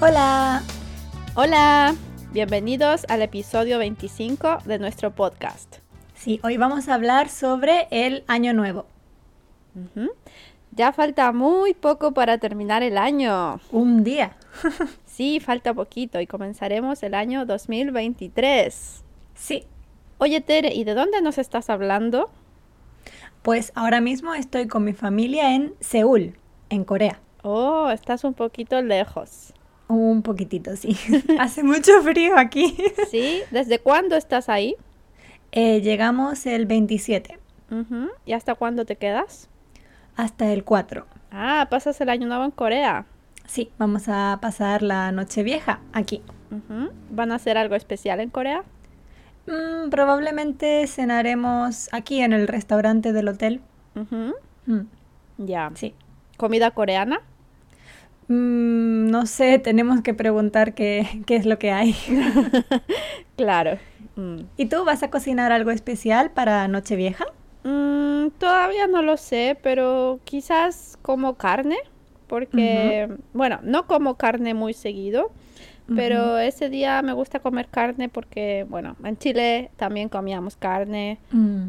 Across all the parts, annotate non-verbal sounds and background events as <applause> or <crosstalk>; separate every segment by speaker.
Speaker 1: Hola.
Speaker 2: Hola. Bienvenidos al episodio 25 de nuestro podcast.
Speaker 1: Sí, hoy vamos a hablar sobre el año nuevo.
Speaker 2: Ujú. Ya falta muy poco para terminar el año.
Speaker 1: Un día.
Speaker 2: Sí, falta poquito y comenzaremos el año 2023.
Speaker 1: Sí.
Speaker 2: Oye, Tere, ¿y de dónde nos estás hablando?
Speaker 1: Pues ahora mismo estoy con mi familia en Seúl, en Corea.
Speaker 2: Oh, estás un poquito lejos.
Speaker 1: Un poquitito, sí. Hace mucho frío aquí. <laughs>
Speaker 2: ¿Sí? ¿Desde cuándo estás ahí?
Speaker 1: Eh, llegamos el 27
Speaker 2: Ujú. ¿Y hasta cuándo te quedas?
Speaker 1: hasta el 4.
Speaker 2: Ah, pasas el año nuevo en Corea.
Speaker 1: Sí, vamos a pasar la noche vieja aquí.
Speaker 2: Ujú. ¿Van a hacer algo especial en Corea?
Speaker 1: Mm, probablemente cenaremos aquí en el restaurante del hotel.
Speaker 2: Ujú.
Speaker 1: Mm,
Speaker 2: Ya.
Speaker 1: sí.
Speaker 2: ¿Comida coreana?
Speaker 1: Mm, no sé, tenemos que preguntar qué, qué es lo que hay.
Speaker 2: Claro. Mm.
Speaker 1: ¿Y tú vas a cocinar algo especial para Nochevieja?
Speaker 2: Mm, todavía no lo sé, pero quizás como carne, porque, bueno, no como carne muy seguido, pero ese día me gusta comer carne porque, bueno, en Chile también comíamos carne,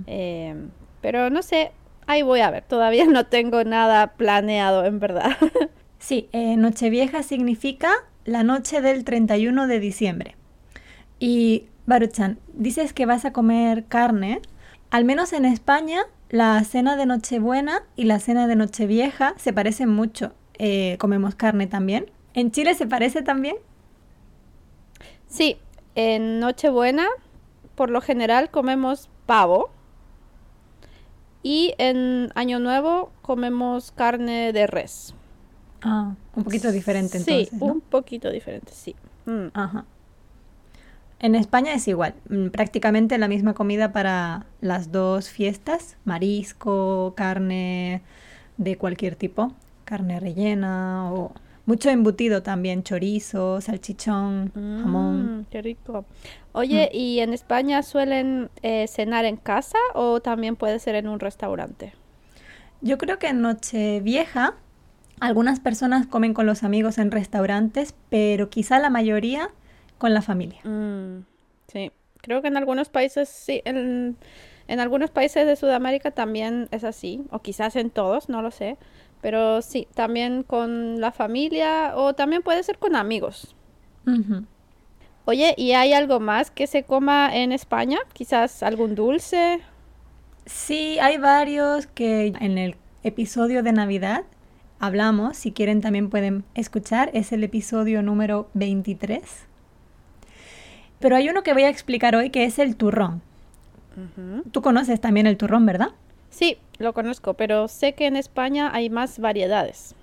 Speaker 2: eh, pero no sé, ahí voy a ver, todavía no tengo nada planeado en verdad. <laughs>
Speaker 1: Sí, eh, Nochevieja significa la noche del 31 de diciembre. Y Baruchan, dices que vas a comer carne. Al menos en España, la cena de Nochebuena y la cena de Nochevieja se parecen mucho. Eh, comemos carne también. ¿En Chile se parece también?
Speaker 2: Sí, en Nochebuena por lo general comemos pavo y en Año Nuevo comemos carne de res.
Speaker 1: Ah, un poquito diferente entonces.
Speaker 2: Sí,
Speaker 1: ¿no?
Speaker 2: un poquito diferente, sí. Mm,
Speaker 1: Ajá. En España es igual, mm, prácticamente la misma comida para las dos fiestas, marisco, carne de cualquier tipo, carne rellena o mucho embutido también, chorizo, salchichón, jamón. Mm.
Speaker 2: mm, qué rico. Oye, ¿y en España suelen eh, cenar en casa o también puede ser en un restaurante?
Speaker 1: Yo creo que en Nochevieja algunas personas comen con los amigos en restaurantes, pero quizá la mayoría con la familia.
Speaker 2: Mm, sí, creo que en algunos países, sí, en, en algunos países de Sudamérica también es así, o quizás en todos, no lo sé, pero sí, también con la familia o también puede ser con amigos.
Speaker 1: Ujú.
Speaker 2: Oye, ¿y hay algo más que se coma en España? Quizás algún dulce.
Speaker 1: Sí, hay varios que en el episodio de Navidad hablamos. Si quieren, también pueden escuchar. Es el episodio número 23. Pero hay uno que voy a explicar hoy que es el turrón.
Speaker 2: Ujú.
Speaker 1: Tú conoces también el turrón, ¿verdad?
Speaker 2: Sí, lo conozco, pero sé que en España hay más variedades.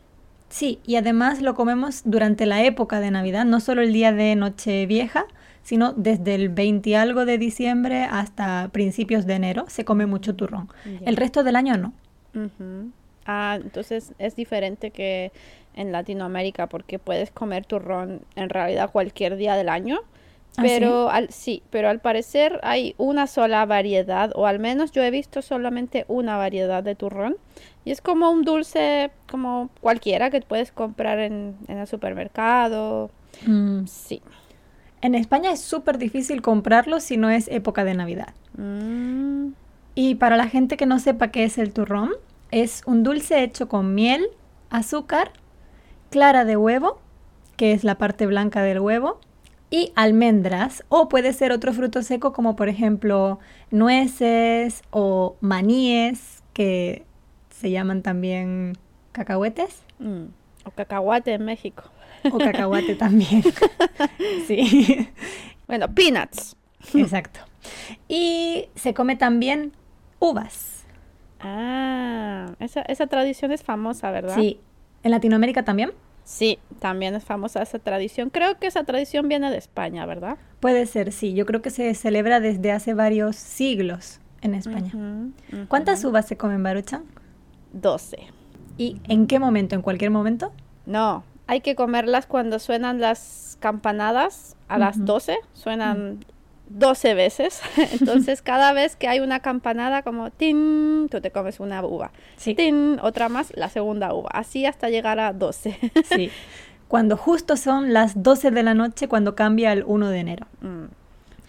Speaker 1: Sí, y además lo comemos durante la época de Navidad, no solo el día de Nochevieja, sino desde el 20 y algo de diciembre hasta principios de enero se come mucho turrón.
Speaker 2: Ya.
Speaker 1: El resto del año no.
Speaker 2: Ujú. Ah, entonces es diferente que en Latinoamérica porque puedes comer turrón en realidad cualquier día del año,
Speaker 1: ¿Ah, sí?
Speaker 2: pero al, sí, pero al parecer hay una sola variedad o al menos yo he visto solamente una variedad de turrón y es como un dulce como cualquiera que puedes comprar en, en el supermercado.
Speaker 1: Mm.
Speaker 2: Sí.
Speaker 1: En España es súper difícil comprarlo si no es época de Navidad.
Speaker 2: Mm,
Speaker 1: Y para la gente que no sepa qué es el turrón, es un dulce hecho con miel, azúcar, clara de huevo, que es la parte blanca del huevo, y almendras, o puede ser otro fruto seco como por ejemplo nueces o maníes, que se llaman también cacahuetes,
Speaker 2: mm. O cacahuate en México.
Speaker 1: o cacahuate <laughs> también. sí.
Speaker 2: Bueno, peanuts. <laughs>
Speaker 1: Exacto. Y se come también uvas.
Speaker 2: Ah, esa, esa tradición es famosa, ¿verdad?
Speaker 1: Sí. ¿En Latinoamérica también?
Speaker 2: Sí, también es famosa esa tradición. Creo que esa tradición viene de España, ¿verdad?
Speaker 1: Puede ser, sí. Yo creo que se celebra desde hace varios siglos en España.
Speaker 2: Ujú, ujú.
Speaker 1: ¿Cuántas uvas se comen, Baruchan?
Speaker 2: Doce.
Speaker 1: ¿Y en qué momento? ¿En cualquier momento?
Speaker 2: No, hay que comerlas cuando suenan las campanadas a las
Speaker 1: Ujú.
Speaker 2: 12, suenan 12 veces. <laughs> Entonces, cada vez que hay una campanada como tin, tú te comes una uva.
Speaker 1: Sí.
Speaker 2: <laughs> Tin, otra más, la segunda uva. Así hasta llegar a 12.
Speaker 1: Sí. cuando justo son las 12 de la noche cuando cambia al 1 de enero.
Speaker 2: Mm.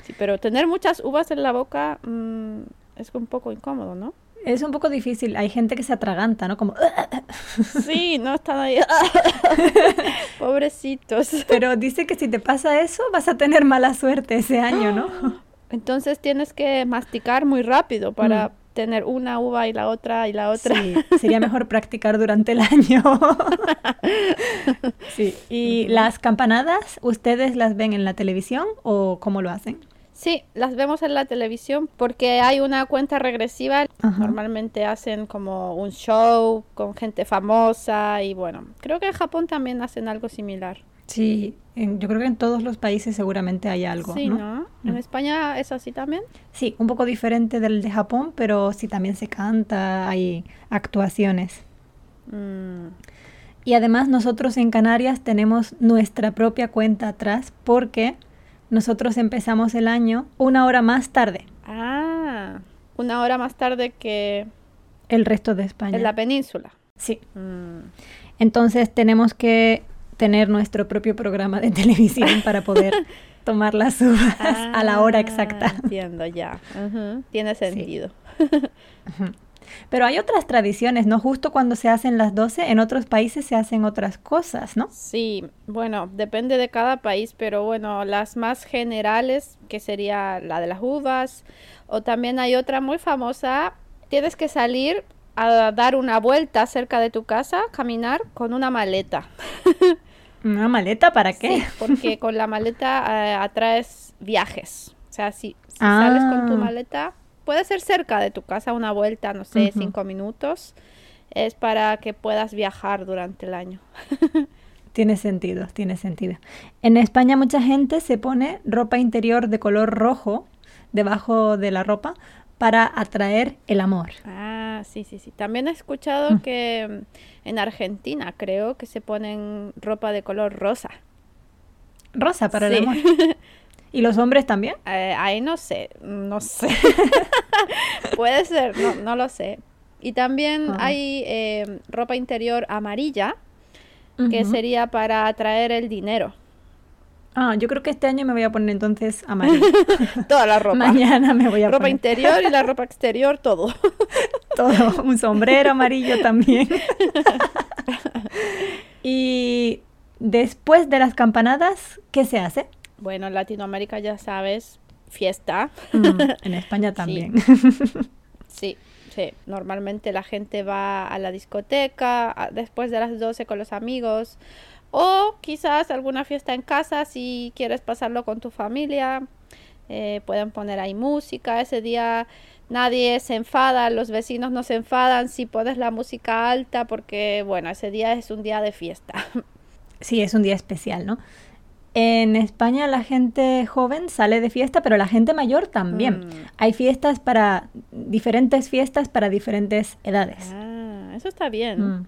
Speaker 2: Sí, pero tener muchas uvas en la boca mm, es un poco
Speaker 1: <laughs>
Speaker 2: incómodo, ¿no?
Speaker 1: Es un poco difícil, hay gente que se atraganta, ¿no? Como...
Speaker 2: Sí, no están
Speaker 1: <laughs>
Speaker 2: ahí. Pobrecitos.
Speaker 1: Pero dice que si te pasa eso vas a tener mala suerte ese año, ¿no?
Speaker 2: Entonces tienes que masticar muy rápido para mm. tener una uva y la otra y la otra.
Speaker 1: Sí, sería mejor practicar durante el año. sí, y las campanadas, ¿ustedes las ven en la televisión o cómo lo hacen?
Speaker 2: <laughs> Sí, las vemos en la televisión porque hay una cuenta regresiva. Ajá. Normalmente hacen como un show con gente famosa y bueno, creo que en Japón también hacen algo similar.
Speaker 1: Sí, en, yo creo que en todos los países seguramente hay algo.
Speaker 2: Sí,
Speaker 1: ¿no? Mm.
Speaker 2: ¿no? ¿En España es así también?
Speaker 1: Sí, un poco diferente del de Japón, pero sí también se canta, hay actuaciones. Mm. Y además nosotros en Canarias tenemos nuestra propia cuenta atrás porque nosotros empezamos el año una hora más tarde.
Speaker 2: Ah, una hora más tarde que...
Speaker 1: El resto de España.
Speaker 2: En la península.
Speaker 1: Sí. Mm. Entonces tenemos que tener nuestro propio programa de <laughs> televisión para
Speaker 2: <laughs>
Speaker 1: poder tomar las uvas ah, a la hora exacta.
Speaker 2: Ah, Entiendo ya. Uh -huh. Tiene sentido.
Speaker 1: Sí. uh -huh. Pero hay otras tradiciones, ¿no? Justo cuando se hacen las 12, en otros países se hacen otras cosas, ¿no?
Speaker 2: Sí, bueno, depende de cada país, pero bueno, las más generales, que sería la de las uvas, o también hay otra muy famosa, tienes que salir a dar una vuelta cerca de tu casa, caminar con una maleta.
Speaker 1: ¿Una maleta para qué?
Speaker 2: Sí, porque con la maleta eh, atraes viajes. O sea, si, si ah. sales con tu maleta, puede ser cerca de tu casa, una vuelta, no sé, uh -huh. cinco minutos. Es para que puedas viajar durante el año.
Speaker 1: <laughs> tiene sentido, tiene sentido. En España mucha gente se pone ropa interior de color rojo debajo de la ropa para atraer el amor.
Speaker 2: Ah, sí, sí, sí. También he escuchado mm. que mm, en Argentina creo que se ponen ropa de color rosa.
Speaker 1: Rosa para sí. el
Speaker 2: <laughs>
Speaker 1: amor. ¿Y los hombres también?
Speaker 2: Eh, ahí no sé, mm, no sé. <laughs> Puede ser, no, no, lo sé. Y también ah. hay eh, ropa interior amarilla, uh -huh. que sería para atraer el dinero.
Speaker 1: Ah, yo creo que este año me voy a poner entonces amarillo.
Speaker 2: <laughs> Toda la <laughs> ropa.
Speaker 1: Mañana me voy a
Speaker 2: ropa
Speaker 1: poner.
Speaker 2: interior y la ropa exterior, todo.
Speaker 1: todo. Un sombrero amarillo también. y después de las campanadas, ¿qué se hace?
Speaker 2: <laughs> Bueno, en Latinoamérica ya sabes, fiesta.
Speaker 1: Mm, <laughs> en España también. <laughs>
Speaker 2: sí. sí. Sí, normalmente la gente va a la discoteca a, después de las 12 con los amigos o quizás alguna fiesta en casa si quieres pasarlo con tu familia. Eh, pueden poner ahí música. Ese día nadie se enfada, los vecinos no se enfadan si pones la música alta porque, bueno, ese día es un día de fiesta.
Speaker 1: Sí, es un día especial, ¿no? En España la gente joven sale de fiesta, pero la gente mayor también. Mm. Hay fiestas para diferentes fiestas para diferentes edades.
Speaker 2: <laughs> Ah, eso está bien. Mm.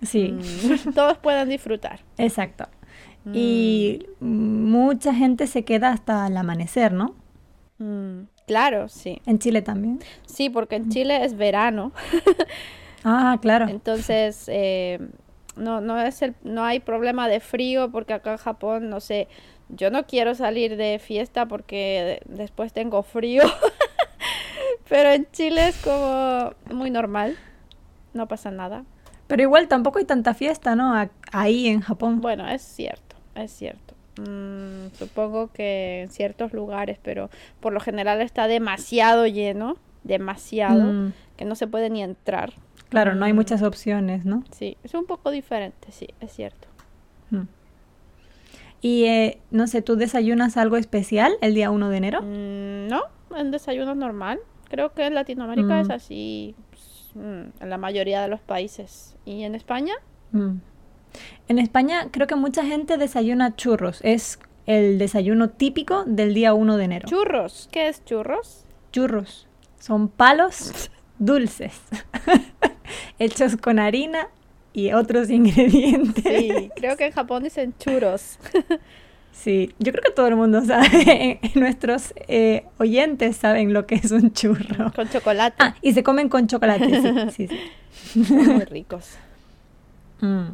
Speaker 1: Sí.
Speaker 2: Mm. <laughs> Todos puedan disfrutar.
Speaker 1: Exacto. Mm. Y mucha gente se queda hasta el amanecer, ¿no?
Speaker 2: Mm. Claro, sí.
Speaker 1: ¿En Chile también?
Speaker 2: Sí, porque en Chile es verano.
Speaker 1: ah, claro.
Speaker 2: Entonces, eh, no, no, es el, no hay problema de frío porque acá en Japón, no sé, yo no quiero salir de fiesta porque de después tengo frío. <laughs> Pero en Chile es como muy normal, no pasa nada.
Speaker 1: Pero igual tampoco hay tanta fiesta, ¿no? A ahí en Japón.
Speaker 2: Bueno, es cierto, es cierto. Mm, supongo que en ciertos lugares, pero por lo general está demasiado lleno, demasiado, mm. que no se puede ni entrar.
Speaker 1: Claro, no hay muchas opciones, ¿no?
Speaker 2: Sí, es un poco diferente, sí, es cierto. Mm.
Speaker 1: Y eh, no sé, ¿tú desayunas algo especial el día 1 de enero?
Speaker 2: Mm, no, en desayuno normal. Creo que en Latinoamérica es así pues, mm, en la mayoría de los países. ¿Y en España? Mm.
Speaker 1: En España creo que mucha gente desayuna churros. Es el desayuno típico del día 1 de enero.
Speaker 2: ¿Churros? ¿Qué es churros?
Speaker 1: Churros. Son palos <laughs> dulces, hechos con harina y otros <laughs> ingredientes.
Speaker 2: Sí, creo que en Japón dicen churros.
Speaker 1: Sí, yo creo que todo el mundo sabe, <laughs> nuestros eh, oyentes saben lo que es un
Speaker 2: <laughs>
Speaker 1: churro.
Speaker 2: Con chocolate.
Speaker 1: Ah,
Speaker 2: <laughs>
Speaker 1: y se comen con chocolate, sí, sí, sí.
Speaker 2: Muy ricos.
Speaker 1: Mm.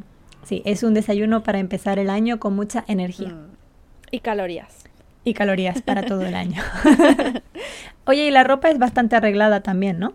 Speaker 1: Sí, es un desayuno para empezar el año con mucha energía.
Speaker 2: Mm. Y calorías.
Speaker 1: Y calorías para todo el
Speaker 2: <laughs>
Speaker 1: año. <laughs> Oye, y la ropa es bastante arreglada también, ¿no?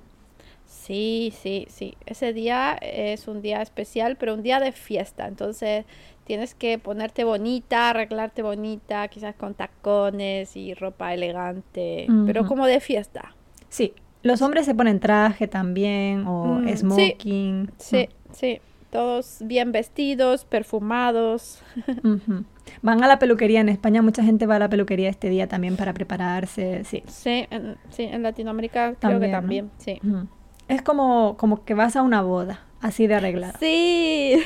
Speaker 2: Sí, sí, sí. Ese día es un día especial, pero un día de fiesta. Entonces tienes que ponerte bonita, arreglarte bonita, quizás con tacones y ropa elegante,
Speaker 1: Ujú.
Speaker 2: pero como de fiesta.
Speaker 1: Sí, los hombres se ponen traje también o
Speaker 2: Mm, sí.
Speaker 1: smoking.
Speaker 2: Sí,
Speaker 1: Ah.
Speaker 2: sí. Todos bien vestidos, perfumados.
Speaker 1: Mm, ujú. Van a la peluquería en España, mucha gente va a la peluquería este día también para prepararse, sí.
Speaker 2: Sí, en, sí, en Latinoamérica creo
Speaker 1: También,
Speaker 2: que
Speaker 1: ¿no?
Speaker 2: también, sí.
Speaker 1: Ujú. Es como, como que vas a una boda, así de arreglada.
Speaker 2: Sí.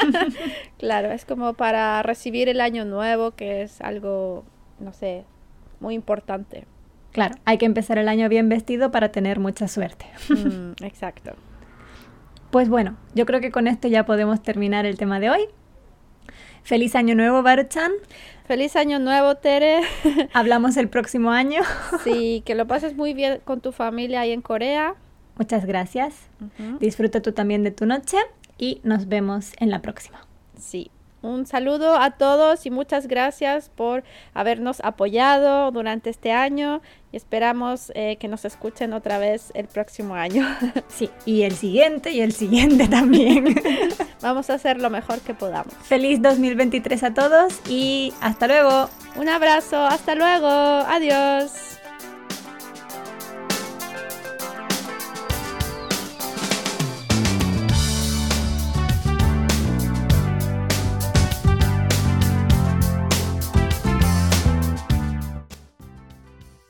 Speaker 2: <laughs> claro, es como para recibir el año nuevo, que es algo, no sé,
Speaker 1: <laughs>
Speaker 2: muy importante.
Speaker 1: Claro, hay que empezar el año bien vestido para tener mucha suerte.
Speaker 2: Mm, exacto.
Speaker 1: Pues bueno, yo creo que con esto ya podemos terminar el tema de hoy. Feliz año nuevo, Baruchan.
Speaker 2: Feliz año nuevo, Tere.
Speaker 1: Hablamos el próximo año. <laughs>
Speaker 2: sí, que lo pases muy bien con tu familia ahí en Corea.
Speaker 1: Muchas gracias.
Speaker 2: Ujú.
Speaker 1: Disfruta tú también de tu noche y nos vemos en la próxima.
Speaker 2: Sí. Un saludo a todos y muchas gracias por habernos apoyado durante este año y esperamos eh, que nos escuchen otra vez el próximo año. <laughs>
Speaker 1: Sí, y el siguiente y el siguiente <laughs> también.
Speaker 2: Vamos a hacer lo mejor que podamos.
Speaker 1: Feliz 2023 a todos y hasta luego.
Speaker 2: Un abrazo, hasta luego, adiós.